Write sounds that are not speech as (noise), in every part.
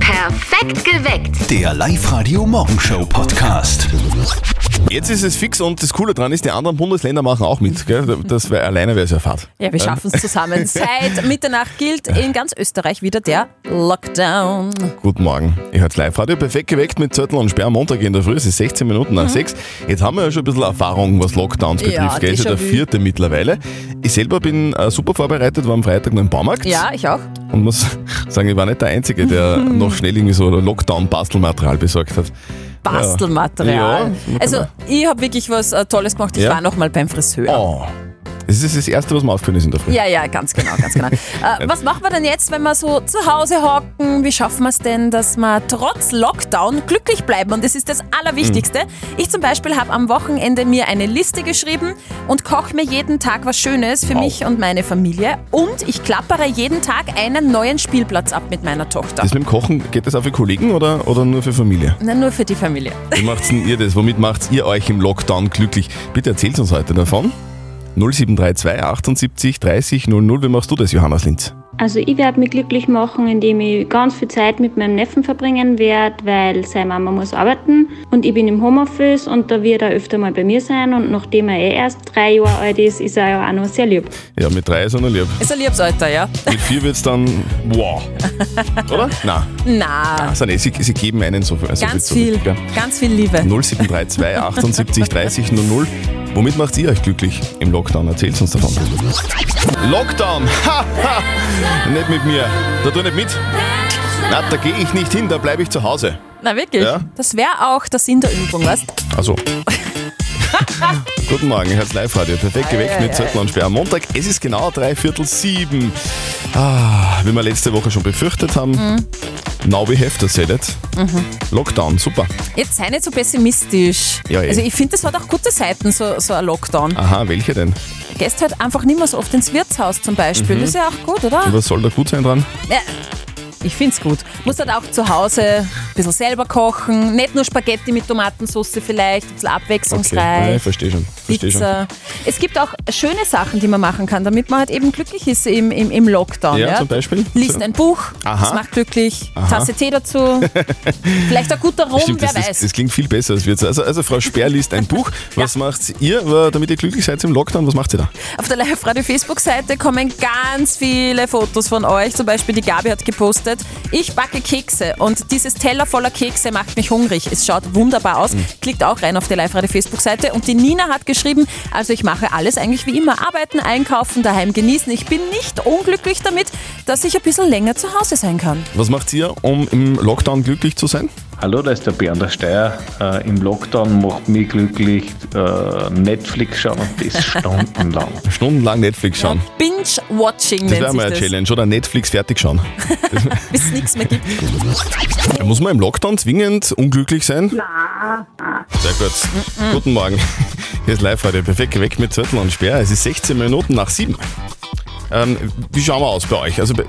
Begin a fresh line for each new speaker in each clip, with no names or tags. Perfekt geweckt.
Der Live-Radio-Morgenshow-Podcast.
Jetzt ist es fix und das Coole dran ist, die anderen Bundesländer machen auch mit. Gell? Das wär, alleine wäre es ja fad.
Ja, wir schaffen es
(laughs)
zusammen. Seit Mitternacht gilt in ganz Österreich wieder der Lockdown.
Guten Morgen, ich hört's live. Radio perfekt geweckt mit Zettel und Sperr am Montag in der Früh. Es ist 16 Minuten nach 6. Jetzt haben wir ja schon ein bisschen Erfahrung, was Lockdowns
Mhm. Ja,
betrifft. gell? Ist ja der
Déjà-vu.
vierte mittlerweile. Ich selber bin äh, super vorbereitet, war am Freitag noch im Baumarkt.
Ja, ich auch.
Und muss (laughs) sagen, ich war nicht der Einzige,
(laughs)
der noch schnell irgendwie so Lockdown-Bastelmaterial besorgt hat. Ja.
Bastelmaterial. also, ich habe wirklich was äh, Tolles gemacht. Ich
Ja.
war noch mal beim Friseur.
Oh, das ist das Erste, was mir aufgefallen ist in der Früh.
Ja, ja, ganz genau,
(laughs)
ganz genau. äh, was machen wir denn jetzt, wenn wir so zu Hause hocken? Wie schaffen wir es denn, dass wir trotz Lockdown glücklich bleiben? Und das ist das Allerwichtigste.
Mhm.
Ich zum Beispiel habe am Wochenende mir eine Liste geschrieben und koche mir jeden Tag was Schönes für
Wow.
mich und meine Familie. Und ich klappere jeden Tag einen neuen Spielplatz ab mit meiner Tochter.
Das mit dem Kochen, geht das auch für Kollegen oder, oder nur für Familie?
Na, nur für
(laughs)
die Familie.
Wie macht's denn ihr das? Womit macht's ihr euch im Lockdown glücklich? Bitte erzählt uns heute davon. 0732 78 30 00. Wie machst du das, Johannes Linz?
Also ich werde mich glücklich machen, indem ich ganz viel Zeit mit meinem Neffen verbringen werde, weil seine Mama muss arbeiten und ich bin im Homeoffice und da wird er öfter mal bei mir sein und nachdem er eh erst drei Jahre alt ist, ist er ja auch noch sehr lieb.
Ja, mit drei ist er noch lieb.
Ist ein liebes Alter, ja?
Mit vier wird's dann, wow. Oder? Nein,
Na,
also nee, sie, sie geben einen so, viel- so
ganz
zu.
viel,
Ja.
ganz viel Liebe.
0732 78 30 00. Womit macht ihr euch glücklich im Lockdown? Erzählt uns davon. Lockdown! Ha, ha. Nicht mit mir. Da tu ich nicht mit. Na, da gehe ich nicht hin, da bleibe ich zu Hause.
Na wirklich?
Ja.
Das wäre auch der Sinn der Übung, weißt du?
Also. (laughs) Guten Morgen, Herz Live Radio. Perfekt geweckt mit Zettel und Sperr am Montag. Es ist genau drei Viertel sieben. Ah, wie wir letzte Woche schon befürchtet haben.
Mhm.
Now we have to say that. Lockdown, super.
Jetzt sei nicht so pessimistisch.
Ja, eh. Ah.
also ich finde, das hat auch gute Seiten, so, so ein Lockdown.
Aha, welche denn?
Gehst halt einfach nicht mehr so oft ins Wirtshaus zum
Mhm.
Beispiel. Das ist ja auch gut, oder?
Was soll da gut sein dran?
Ja. Ich find's gut. Musst halt auch zu Hause ein bisschen selber kochen. Nicht nur Spaghetti mit Tomatensauce vielleicht, ein bisschen
ja, ich
abwechslungsreich.
verstehe schon. Verstehe schon.
Pizza. Es gibt auch schöne Sachen, die man machen kann, damit man halt eben glücklich ist im, im, im Lockdown.
Ja,
Ja,
zum Beispiel?
Liest
So.
ein Buch,
Aha.
das macht glücklich. Tasse
(laughs)
Tee dazu. Vielleicht ein guter Rum,
Stimmt,
wer
das,
weiß.
Ist, das klingt viel besser als wir jetzt. Also, also Frau Sperr liest ein
(laughs)
Buch. Was macht ihr, äh, damit ihr glücklich seid im Lockdown? Was macht ihr da?
Auf der Live-Radio-Facebook-Seite kommen ganz viele Fotos von euch. Zum Beispiel die Gabi hat gepostet, ich backe Kekse und dieses Teller voller Kekse macht mich hungrig. Es schaut wunderbar aus.
Mhm.
Klickt auch rein auf die Live-Radio-Facebook-Seite. Und die Nina hat geschrieben, also ich mache alles eigentlich wie immer. Arbeiten, einkaufen, daheim genießen. Ich bin nicht unglücklich damit, dass ich ein bisschen länger zu Hause sein kann.
Was macht ihr, um im Lockdown glücklich zu sein?
Hallo, da ist der Bernd der Steier. Äh, Im Lockdown macht mich glücklich äh, Netflix schauen und das stundenlang.
Stundenlang Netflix schauen.
Binge-Watching
Das
nennt
wäre
sich
mal eine
das.
Challenge, oder? Netflix fertig
(laughs)
schauen.
Bis es nichts mehr gibt.
Ja, Muss man im Lockdown zwingend unglücklich sein? Na. Sehr gut. Guten Morgen. (laughs) Hier ist live heute perfekt geweckt mit Zettel und Sperr. Es ist 16 Minuten nach 7. Ähm, wie schauen wir aus bei euch? Also, bei-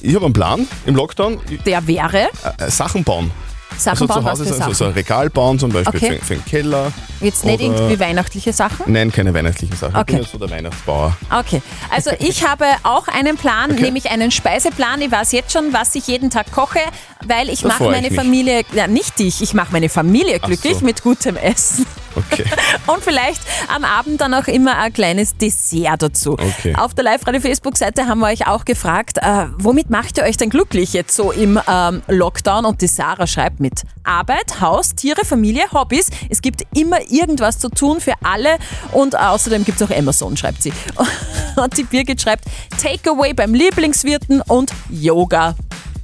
ich habe einen Plan im Lockdown.
Der wäre,
Äh, Sachen bauen.
Sachen
also
bauen,
zu
was
Hause
für
sein, so,
Sachen.
so ein Regal bauen zum Beispiel
Okay.
für, für den Keller.
Jetzt nicht
Oder-
irgendwie weihnachtliche Sachen.
Nein, keine weihnachtlichen Sachen. Ich bin
Okay.
jetzt so der Weihnachtsbauer.
Okay,
(laughs)
also ich habe auch einen Plan, nämlich einen Speiseplan. Ich weiß jetzt schon, was ich jeden Tag koche, weil ich
Da
mache
freu ich
meine
mich.
Familie, ja nicht dich, ich mache meine Familie
Ach
glücklich
so.
mit gutem Essen.
Okay.
(laughs) Und vielleicht am Abend dann auch immer ein kleines Dessert dazu.
Okay.
Auf der Live-Radio-Facebook-Seite haben wir euch auch gefragt, äh, womit macht ihr euch denn glücklich jetzt so im ähm, Lockdown? Und die Sarah schreibt mit Arbeit, Haus, Tiere, Familie, Hobbys. Es gibt immer irgendwas zu tun für alle. Und außerdem gibt es auch Amazon, schreibt sie. (laughs) Und die Birgit schreibt Takeaway beim Lieblingswirten und Yoga.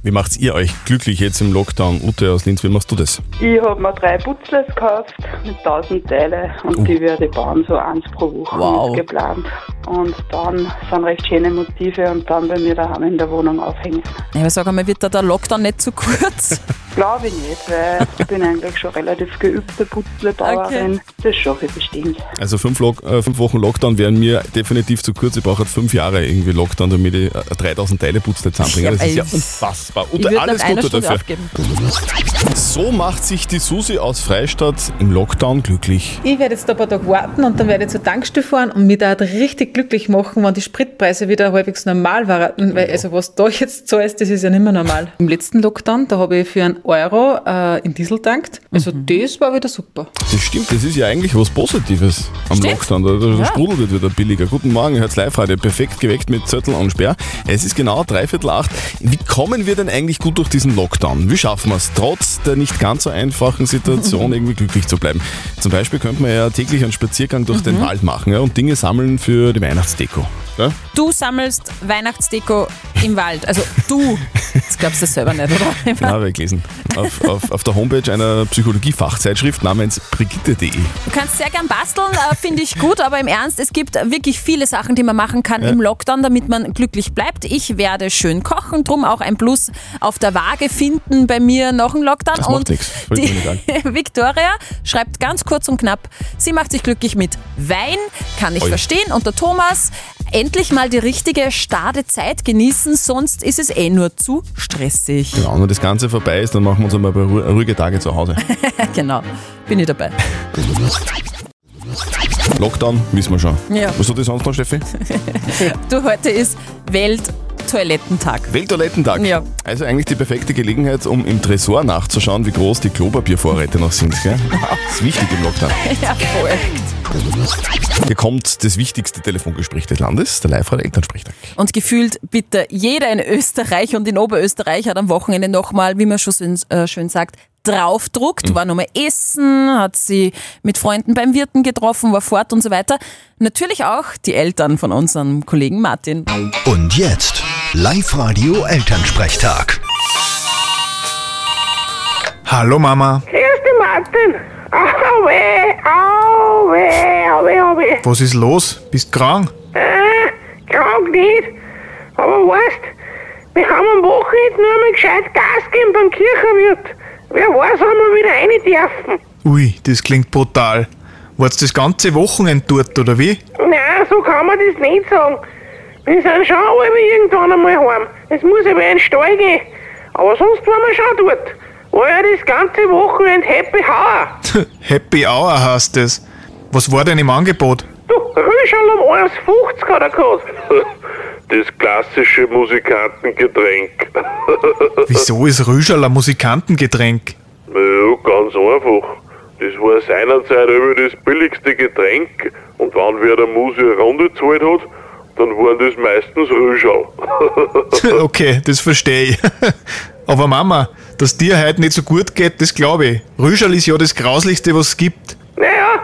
Wie macht ihr euch glücklich jetzt im Lockdown? Ute aus Linz, wie machst du das?
Ich habe mir drei Putzles gekauft mit 1000 Teile und die werde ich bauen, so eins pro Woche
Wow.
ist geplant. Und dann sind recht schöne Motive und dann bei mir daheim in der Wohnung aufhängen.
Ja, aber sag einmal, wird da der Lockdown nicht zu kurz?
Glaube ich nicht, weil ich bin eigentlich schon relativ geübte Putzlebauerin. Das schaffe ich bestimmt.
Also fünf, Lock, äh, fünf Wochen Lockdown wären mir definitiv zu kurz. Ich brauche jetzt fünf Jahre irgendwie Lockdown, damit ich äh, 3000 Teile putzte zusammenbringe.
Ja,
Das ist ja
ey.
unfassbar.
Ich
Und
würde
alles
nach einer
Gute
Stunde
dafür.
aufgeben.
So macht sich die Susi aus Freistadt im Lockdown glücklich.
Ich werde jetzt ein paar Tage warten und dann werde ich zur Tankstelle fahren und mich da richtig glücklich machen, wenn die Spritpreise wieder halbwegs normal waren. Weil, also, was da jetzt zahlst, das ist ja nicht mehr normal. Im letzten Lockdown, da habe ich für einen Euro äh, in Diesel tankt. Also, das war wieder super.
Das stimmt, das ist ja eigentlich was Positives am
Stimmt.
Lockdown. Da, da
Ja.
sprudelt es wieder billiger. Guten Morgen, Herz live heute. Perfekt geweckt mit Zettel und Sperr. Es ist genau dreiviertel acht. Wie kommen wir denn eigentlich gut durch diesen Lockdown? Wie schaffen wir es, trotz der nicht ganz so einfachen
(laughs)
Situation irgendwie glücklich zu bleiben? Zum Beispiel könnte man ja täglich einen Spaziergang durch
Mhm.
den Wald machen ja, und Dinge sammeln für die Weihnachtsdeko. Ja?
Du sammelst Weihnachtsdeko im Wald. Also du. Das glaubst du selber nicht, oder?
Genau, habe ich gelesen. Auf, auf, auf der Homepage einer Psychologie-Fachzeitschrift namens Brigitte.de.
Du kannst sehr gern basteln, äh, finde ich gut, aber im Ernst, es gibt wirklich viele Sachen, die man machen kann im Lockdown, damit man glücklich bleibt. Ich werde schön kochen, drum auch ein Plus auf der Waage finden bei mir noch ein Lockdown.
Das macht
und
nix, fällt mir nicht
(laughs) die Victoria schreibt ganz kurz und knapp, sie macht sich glücklich mit Wein, kann ich
Ui.
verstehen. Und der Thomas, endlich mal die richtige, starre Zeit genießen, sonst ist es eh nur zu stressig.
Genau, und wenn das Ganze vorbei ist, dann machen wir uns einmal ein paar Ru- ruhige Tage zu Hause.
genau, bin ich dabei.
Lockdown wissen wir schon.
Ja.
Was hat die sonst noch,
(laughs)
Steffi?
Du, heute ist Welttoilettentag.
Welttoilettentag.
Ja.
Also eigentlich die perfekte Gelegenheit, um im Tresor nachzuschauen, wie groß die Klopapiervorräte noch sind.
(laughs)
Gell? Das ist wichtig im Lockdown.
Ja, voll.
Hier kommt das wichtigste Telefongespräch des Landes, der Live-Radio Elternsprechtag.
Und gefühlt bitte jeder in Österreich und in Oberösterreich hat am Wochenende nochmal, wie man schon schön, äh, schön sagt, draufdruckt, war nochmal essen, hat sie mit Freunden beim Wirten getroffen, war fort und so weiter. Natürlich auch die Eltern von unserem Kollegen Martin.
Und jetzt Live-Radio Elternsprechtag.
Hallo Mama,
Grüß dich, Martin. Au weh, au weh, au weh, au weh.
was ist los? Bist krank?
Äh, krank nicht. Aber weißt, wir haben am Wochenende nur mal gescheit Gas gegeben beim Kirchenwirt. Wer weiß, ob wir wieder rein dürfen.
Ui, das klingt brutal. Wart's das ganze Wochenende dort, oder wie?
Nein, so kann man das nicht sagen. Wir sind schon alle irgendwann einmal heim. Es muss aber in den Stall gehen. Aber sonst waren wir schon dort. War ja das ganze Wochenende Happy Hour.
(laughs) Happy Hour heißt es. Was war denn im Angebot?
Du, Rüschel um 1,50 hat er gekostet.
(laughs) Das klassische Musikantengetränk. (laughs)
Wieso ist Rüschel ein Musikantengetränk?
ja, ganz einfach. Das war seinerzeit über das billigste Getränk und wenn wer der Musi eine Runde gezahlt hat, dann waren das meistens Rüschel.
Okay, das verstehe ich. (laughs) Aber Mama, dass dir heute nicht so gut geht, das glaube ich. Rüschel ist ja das Grauslichste, was es gibt.
Naja,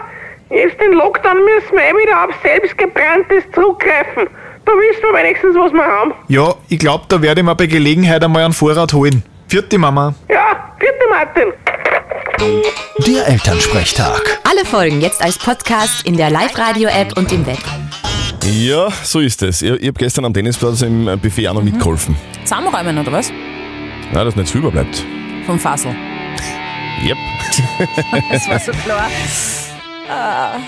jetzt den Lockdown müssen wir eh wieder auf selbstgebranntes zurückgreifen. Da wissen wir wenigstens, was wir haben.
Ja, ich glaube, da werde ich mir bei Gelegenheit einmal einen Vorrat holen. Vierte Mama.
Ja, bitte Martin.
Der Elternsprechtag.
Alle Folgen jetzt als Podcast in der Live-Radio-App und im Web.
Ja, so ist es. Ich, ich habe gestern am Tennisplatz im äh, Buffet auch noch mitgeholfen.
Zusammenräumen oder was?
Ja, dass nichts überbleibt.
Vom Fasel.
Yep.
(laughs) Das war so klar.
Ah.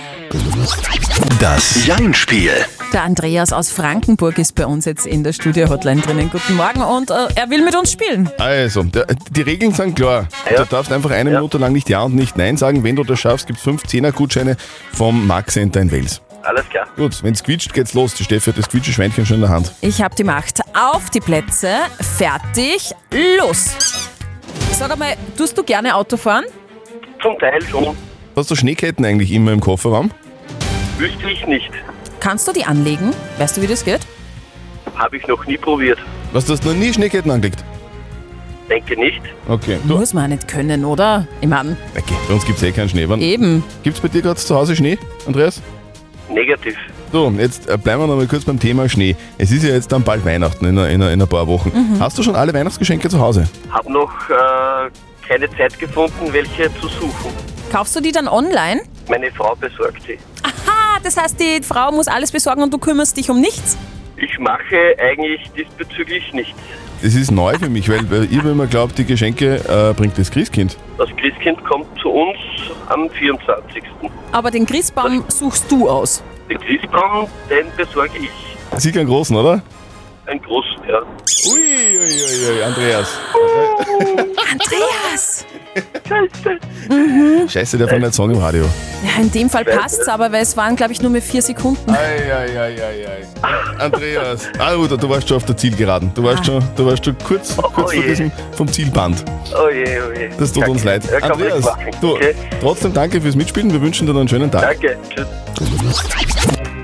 Das Jein-Spiel.
Der Andreas aus Frankenburg ist bei uns jetzt in der Studio-Hotline drinnen. Guten Morgen und äh, er will mit uns spielen.
Also, der, die Regeln sind klar. Du darfst einfach eine Minute lang nicht Ja und nicht Nein sagen. Wenn du das schaffst, gibt's fünf Zehner-Gutscheine vom Max Center in Wales.
Alles klar.
Gut, wenn's quietscht, geht's los. Die Steffi hat das quietsche Schweinchen schon in der Hand.
Ich habe die Macht. Auf die Plätze. Fertig. Los. Sag einmal, tust du gerne Auto fahren?
Zum Teil schon.
Hast du Schneeketten eigentlich immer im Kofferraum?
Wüsste ich nicht.
Kannst du die anlegen? Weißt du, wie das geht?
Habe ich noch nie probiert.
Was, du hast noch nie Schneeketten angelegt?
Denke nicht.
Okay. Du,
Muss man nicht können, oder? Ich meine,
okay. Bei uns gibt's eh keinen Schnee. Wann,
eben.
gibt's bei dir gerade zu Hause Schnee, Andreas?
Negativ.
So, jetzt äh, bleiben wir noch mal kurz beim Thema Schnee. Es ist ja jetzt dann bald Weihnachten in, ein- in, ein- in ein paar Wochen. Hast du schon alle Weihnachtsgeschenke zu Hause?
Hab noch äh, keine Zeit gefunden, welche zu suchen.
Kaufst du die dann online?
Meine Frau besorgt sie.
Ah, das heißt, die Frau muss alles besorgen und du kümmerst dich um nichts?
Ich mache eigentlich diesbezüglich nichts.
Das ist neu für mich, weil äh, ich habe immer geglaubt, die Geschenke äh, bringt das Christkind.
Das Christkind kommt zu uns am 24.
Aber den Christbaum suchst du aus.
Den Christbaum, den besorge ich.
Sieht einen großen, oder?
Einen großen, ja.
Ui, ui, ui, ui Andreas.
Andreas!
Scheiße, der von nicht Song im Radio.
Ja, in dem Fall passt's aber, weil es waren, glaube ich, nur mehr vier Sekunden.
Ei, ei, ei, ei, ei. Andreas. Ah, Ruder, du warst schon auf der Zielgeraden. Du warst schon, du warst schon kurz, kurz vor
je.
diesem, vom Zielband.
Oh je, oh je.
Das tut uns leid.
Ja, kann man
Andreas,
nichts machen.
du,
Okay.
trotzdem danke fürs Mitspielen. Wir wünschen dir noch einen schönen Tag.
Danke, tschüss.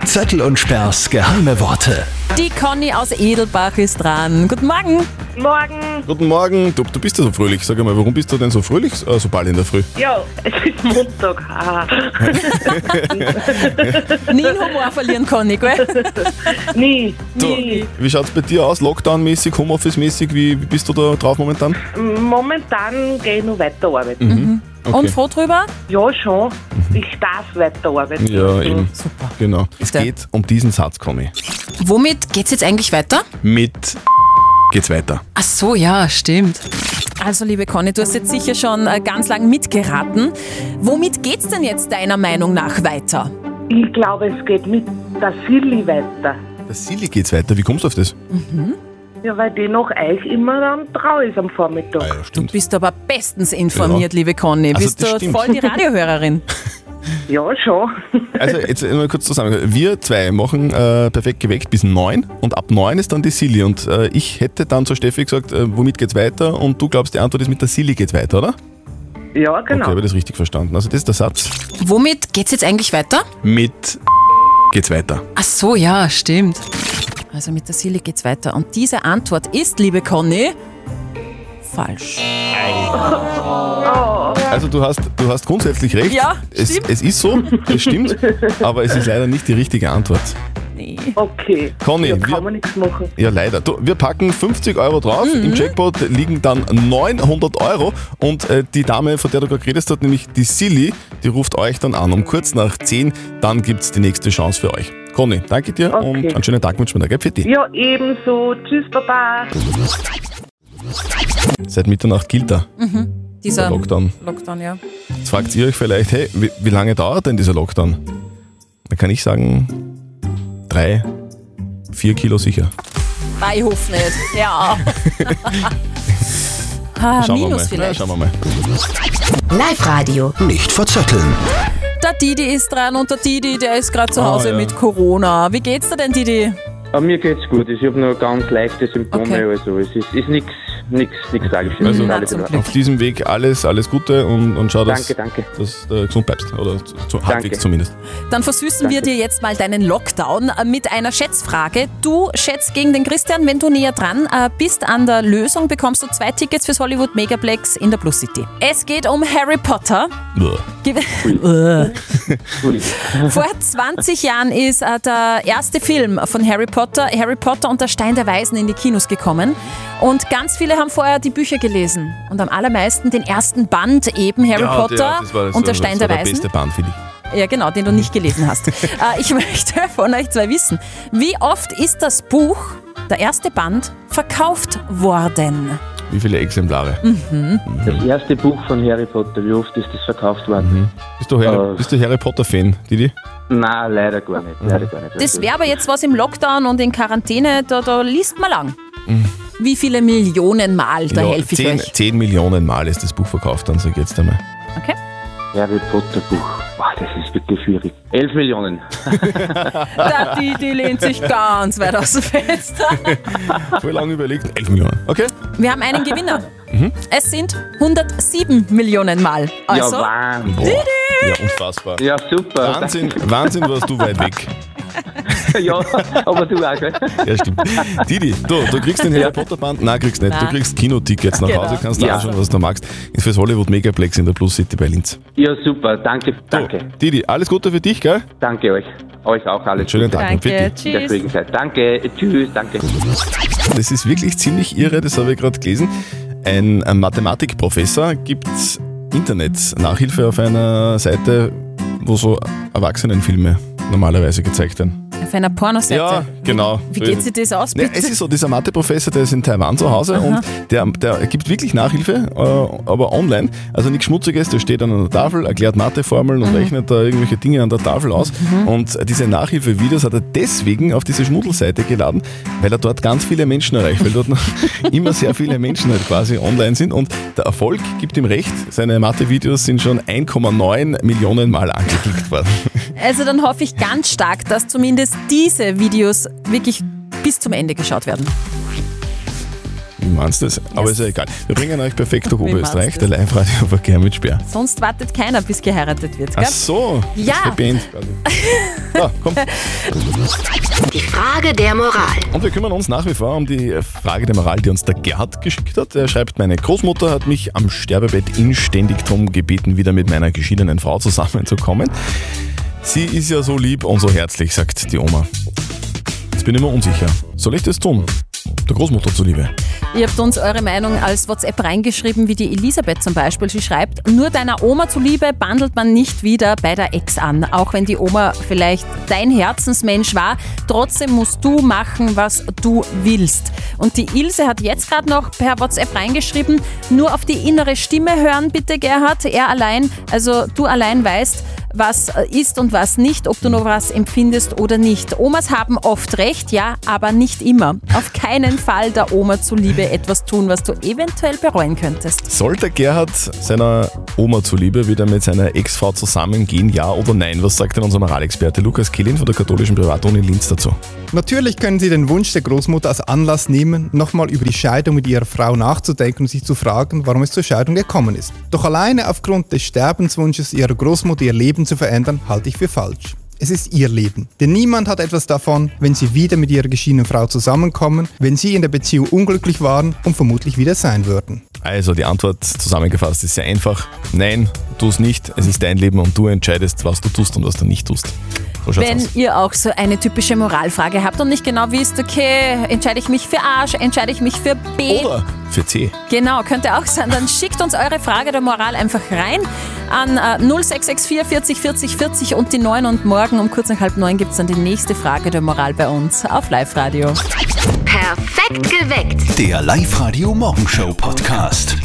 Zettel und Sperrs geheime Worte.
Die Conny aus Edelbach ist dran. Guten Morgen.
Morgen.
Guten Morgen. Du, du bist ja so fröhlich. Sag mal, warum bist du denn so fröhlich äh, so bald in der Früh?
Ja, (laughs) es ist Montag. Ah.
Nie den Humor verlieren, Conny, gell?
(laughs)
Nie,
nie. Wie schaut's bei dir aus? Lockdown-mäßig, Homeoffice-mäßig? Wie, wie bist du da drauf momentan?
Momentan gehe ich noch weiter arbeiten.
Mhm. Okay. Und
froh drüber?
Ja, schon. Ich darf weiter arbeiten.
Ja, eben. Super. Genau. Es geht um diesen Satz, Conny.
Womit geht's jetzt eigentlich weiter?
Mit geht's weiter.
Ach so, ja, stimmt. Also, liebe Conny, du hast jetzt sicher schon äh, ganz lang mitgeraten. Womit geht's denn jetzt deiner Meinung nach weiter?
Ich glaube, es geht mit der Silly weiter.
Der Silly geht's weiter. Wie kommst du auf das?
Ja, weil die noch euch immer dann trau ist am Vormittag.
Ah,
Du bist aber bestens informiert,
Ja.
liebe Conny.
Also,
Bist
das
du
stimmt.
voll die
(laughs)
Radiohörerin?
Ja, schon. (laughs)
Also jetzt mal kurz zusammen. Wir zwei machen äh, perfekt geweckt bis neun und ab neun ist dann die Silly. Und äh, ich hätte dann zu Steffi gesagt, äh, womit geht's weiter? Und du glaubst, die Antwort ist mit der Silly geht's weiter, oder?
Ja,
Genau.
genau.
Okay, habe ich das richtig verstanden. Also das ist der Satz.
Womit geht's jetzt eigentlich weiter?
Mit geht's weiter.
Ach so, ja, stimmt. Also mit der Silly geht's weiter. Und diese Antwort ist, liebe Conny, falsch.
Also du hast, du hast grundsätzlich recht.
Ja,
es,
stimmt.
es ist so, es
(laughs)
stimmt, aber es ist leider nicht die richtige Antwort.
Okay.
Conny,
ja,
wir-
kann man nichts machen.
Ja, leider. Du, wir packen 50 Euro drauf.
Mhm.
Im Jackpot liegen dann 900 Euro. Und äh, die Dame, von der du gerade geredet hast, nämlich die Silly, die ruft euch dann an. Um kurz nach 10, dann gibt's die nächste Chance für euch. Conny, danke dir und einen schönen Tag wünschen wir dir. gell, Pfitti.
Ja, ebenso. Tschüss, Baba.
Seit Mitternacht gilt er.
Mhm. Dieser
Der Lockdown.
Lockdown, ja.
Jetzt fragt ihr euch vielleicht, hey, wie, wie lange dauert denn dieser Lockdown? Da kann ich sagen, drei, vier Kilo sicher.
Bei Hof nicht. (laughs) Ja. ah,
Schauen wir mal.
minus
Ja,
vielleicht.
schauen wir mal.
Live-Radio.
Nicht verzetteln.
Der Didi ist dran und der Didi, der ist gerade zu
Ah,
Hause
ja.
mit Corona. Wie geht's dir denn, Didi?
Aber mir geht's gut, ich habe nur ganz leichte Symptome, also es ist, ist nichts nix, nix Tragisches.
Also
Ist alles in Ordnung.
auf diesem Weg alles, alles Gute und, und schau, dass,
Danke,
dass du gesund bleibst. Oder zu, zu halbwegs zumindest.
Dann versüßen wir dir jetzt mal deinen Lockdown äh, mit einer Schätzfrage. Du schätzt gegen den Christian, wenn du näher dran äh, bist an der Lösung, bekommst du zwei Tickets fürs Hollywood Megaplex in der Plus City. Es geht um Harry Potter. Ge- Vor 20 Jahren ist äh, der erste Film von Harry Potter, Harry Potter und der Stein der Weisen, in die Kinos gekommen. Und ganz viele haben vorher die Bücher gelesen und am allermeisten den ersten Band eben Harry
Ja,
Potter
der- das war- das
und
war-
der Stein
das
der
war
Weisen.
beste Band, finde ich.
Ja, genau, den du nicht gelesen
(laughs)
hast. äh, ich möchte von euch zwei wissen, wie oft ist das Buch, der erste Band, verkauft worden?
Wie viele Exemplare?
Mhm.
Das erste Buch von Harry Potter, wie oft ist das verkauft worden?
Bist du Harry,
Äh.
bist du Harry Potter-Fan, Didi?
Nein, leider gar nicht. Leider gar nicht.
Das wäre aber jetzt was im Lockdown und in Quarantäne, da, da liest man lang. Wie viele Millionen Mal, da helfe ich
Mhm. zehn,
euch.
zehn Millionen Mal ist das Buch verkauft, dann sag jetzt einmal.
Harry Potter Buch. Boah, das ist wirklich schwierig. 11 Millionen.
Da, die, die lehnt sich ganz weit aus dem Fenster.
Voll lange überlegt. 11 Millionen. Okay.
Wir haben einen Gewinner.
Mhm.
Es sind 107 Millionen Mal. Also,
Boah. Ja, unfassbar.
Ja, super.
Wahnsinn, Wahnsinn, warst du weit weg.
(laughs) ja, aber du auch, gell?
Ja, stimmt. Didi, du, du kriegst den Harry Potter Band? Nein, kriegst nicht. Du
Nein.
kriegst Kinotickets nach
Genau.
Hause, kannst
Ja.
da anschauen, was du magst. Ist fürs Hollywood Megaplex in der Plus City bei Linz.
Ja, super. Danke, danke.
Didi, alles Gute für dich, gell?
Danke euch. Euch auch alles.
Schönen Tag noch. Danke, Fitti. tschüss.
Deswegen, danke, tschüss, danke.
Das ist wirklich ziemlich irre, das habe ich gerade gelesen. Ein ein Mathematikprofessor gibt Internet-Nachhilfe auf einer Seite, wo so Erwachsenenfilme normalerweise gezeigt werden.
auf auf einer Pornoseite.
Ja, genau.
Wie geht sich das aus,
Ja,
bitte?
es ist so, dieser Mathe-Professor, der ist in Taiwan zu Hause
Aha.
und der, der gibt wirklich Nachhilfe, äh, aber online. Also nichts Schmutziges, der steht an einer Tafel, erklärt Matheformeln und
Mhm.
rechnet da irgendwelche Dinge an der Tafel aus.
Mhm.
Und diese Nachhilfe-Videos hat er deswegen auf diese Schmuddelseite geladen, weil er dort ganz viele Menschen erreicht, weil
(laughs)
dort noch immer sehr viele Menschen halt quasi online sind. Und der Erfolg gibt ihm recht, seine Mathe-Videos sind schon 1,9 Millionen Mal angeklickt worden. (laughs)
Also dann hoffe ich ganz stark, dass zumindest diese Videos wirklich bis zum Ende geschaut werden.
Wie meinst du das? Aber ist ja egal. Wir bringen euch perfekt durch
Wie
Oberösterreich,
meinst
der
du das?
Live-Radio-Verkehr mit Sperr.
Sonst wartet keiner, bis geheiratet wird,
Ach
gell?
so,
Ja.
das verbindet
(laughs)
quasi. Ja, komm.
Die Frage der Moral.
Und wir kümmern uns nach wie vor um die Frage der Moral, die uns der Gerhard geschickt hat. Er schreibt, meine Großmutter hat mich am Sterbebett inständig darum gebeten, wieder mit meiner geschiedenen Frau zusammenzukommen. Sie ist ja so lieb und so herzlich, sagt die Oma. Jetzt bin ich mir unsicher. Soll ich das tun? Der Großmutter zuliebe.
Ihr habt uns eure Meinung als WhatsApp reingeschrieben, wie die Elisabeth zum Beispiel. Sie schreibt, nur deiner Oma zuliebe bandelt man nicht wieder bei der Ex an. Auch wenn die Oma vielleicht dein Herzensmensch war, trotzdem musst du machen, was du willst. Und die Ilse hat jetzt gerade noch per WhatsApp reingeschrieben, nur auf die innere Stimme hören bitte, Gerhard. Er allein, also du allein weißt, was äh, ist und was nicht, ob du noch was empfindest oder nicht. Omas haben oft recht, ja, aber nicht immer. Auf keinen Fall der Oma zuliebe etwas tun, was du eventuell bereuen könntest.
Sollte Gerhard seiner Oma zuliebe wieder mit seiner Ex-Frau zusammengehen, ja oder nein? Was sagt denn unser Moralexperte Lukas Kehlin von der katholischen Privatuni Linz dazu?
Natürlich können Sie den Wunsch der Großmutter als Anlass nehmen, nochmal über die Scheidung mit Ihrer Frau nachzudenken und sich zu fragen, warum es zur Scheidung gekommen ist. Doch alleine aufgrund des Sterbenswunsches Ihrer Großmutter ihr Leben zu verändern, halte ich für falsch. Es ist ihr Leben. Denn niemand hat etwas davon, wenn sie wieder mit ihrer geschiedenen Frau zusammenkommen, wenn sie in der Beziehung unglücklich waren und vermutlich wieder sein würden.
Also die Antwort zusammengefasst ist sehr einfach. Nein, tu es nicht. Es ist dein Leben und du entscheidest, was du tust und was du nicht tust. So schaut's
Wenn
aus.
ihr auch so eine typische Moralfrage habt und nicht genau wisst, okay, entscheide ich mich für Arsch, entscheide ich mich für B.
Oder für C.
Genau, könnte auch sein. Dann schickt uns eure Frage der Moral einfach rein an äh, 0664 40 40 40 und die 9 und morgen um kurz nach halb neun gibt es dann die nächste Frage der Moral bei uns auf Live-Radio.
Perfekt geweckt.
Der Live-Radio Morgenshow Podcast.